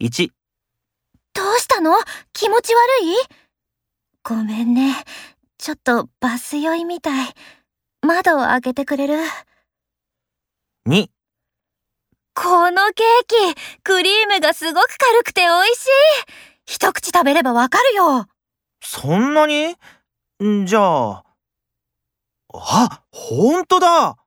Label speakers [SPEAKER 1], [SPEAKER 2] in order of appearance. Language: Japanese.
[SPEAKER 1] 1、
[SPEAKER 2] どうしたの気持ち悪いごめんね。ちょっとバス酔いみたい。窓を開けてくれる
[SPEAKER 1] 2、
[SPEAKER 2] このケーキ、クリームがすごく軽くて美味しい一口食べればわかるよ
[SPEAKER 1] そんなにんじゃあ、あ、ほんとだ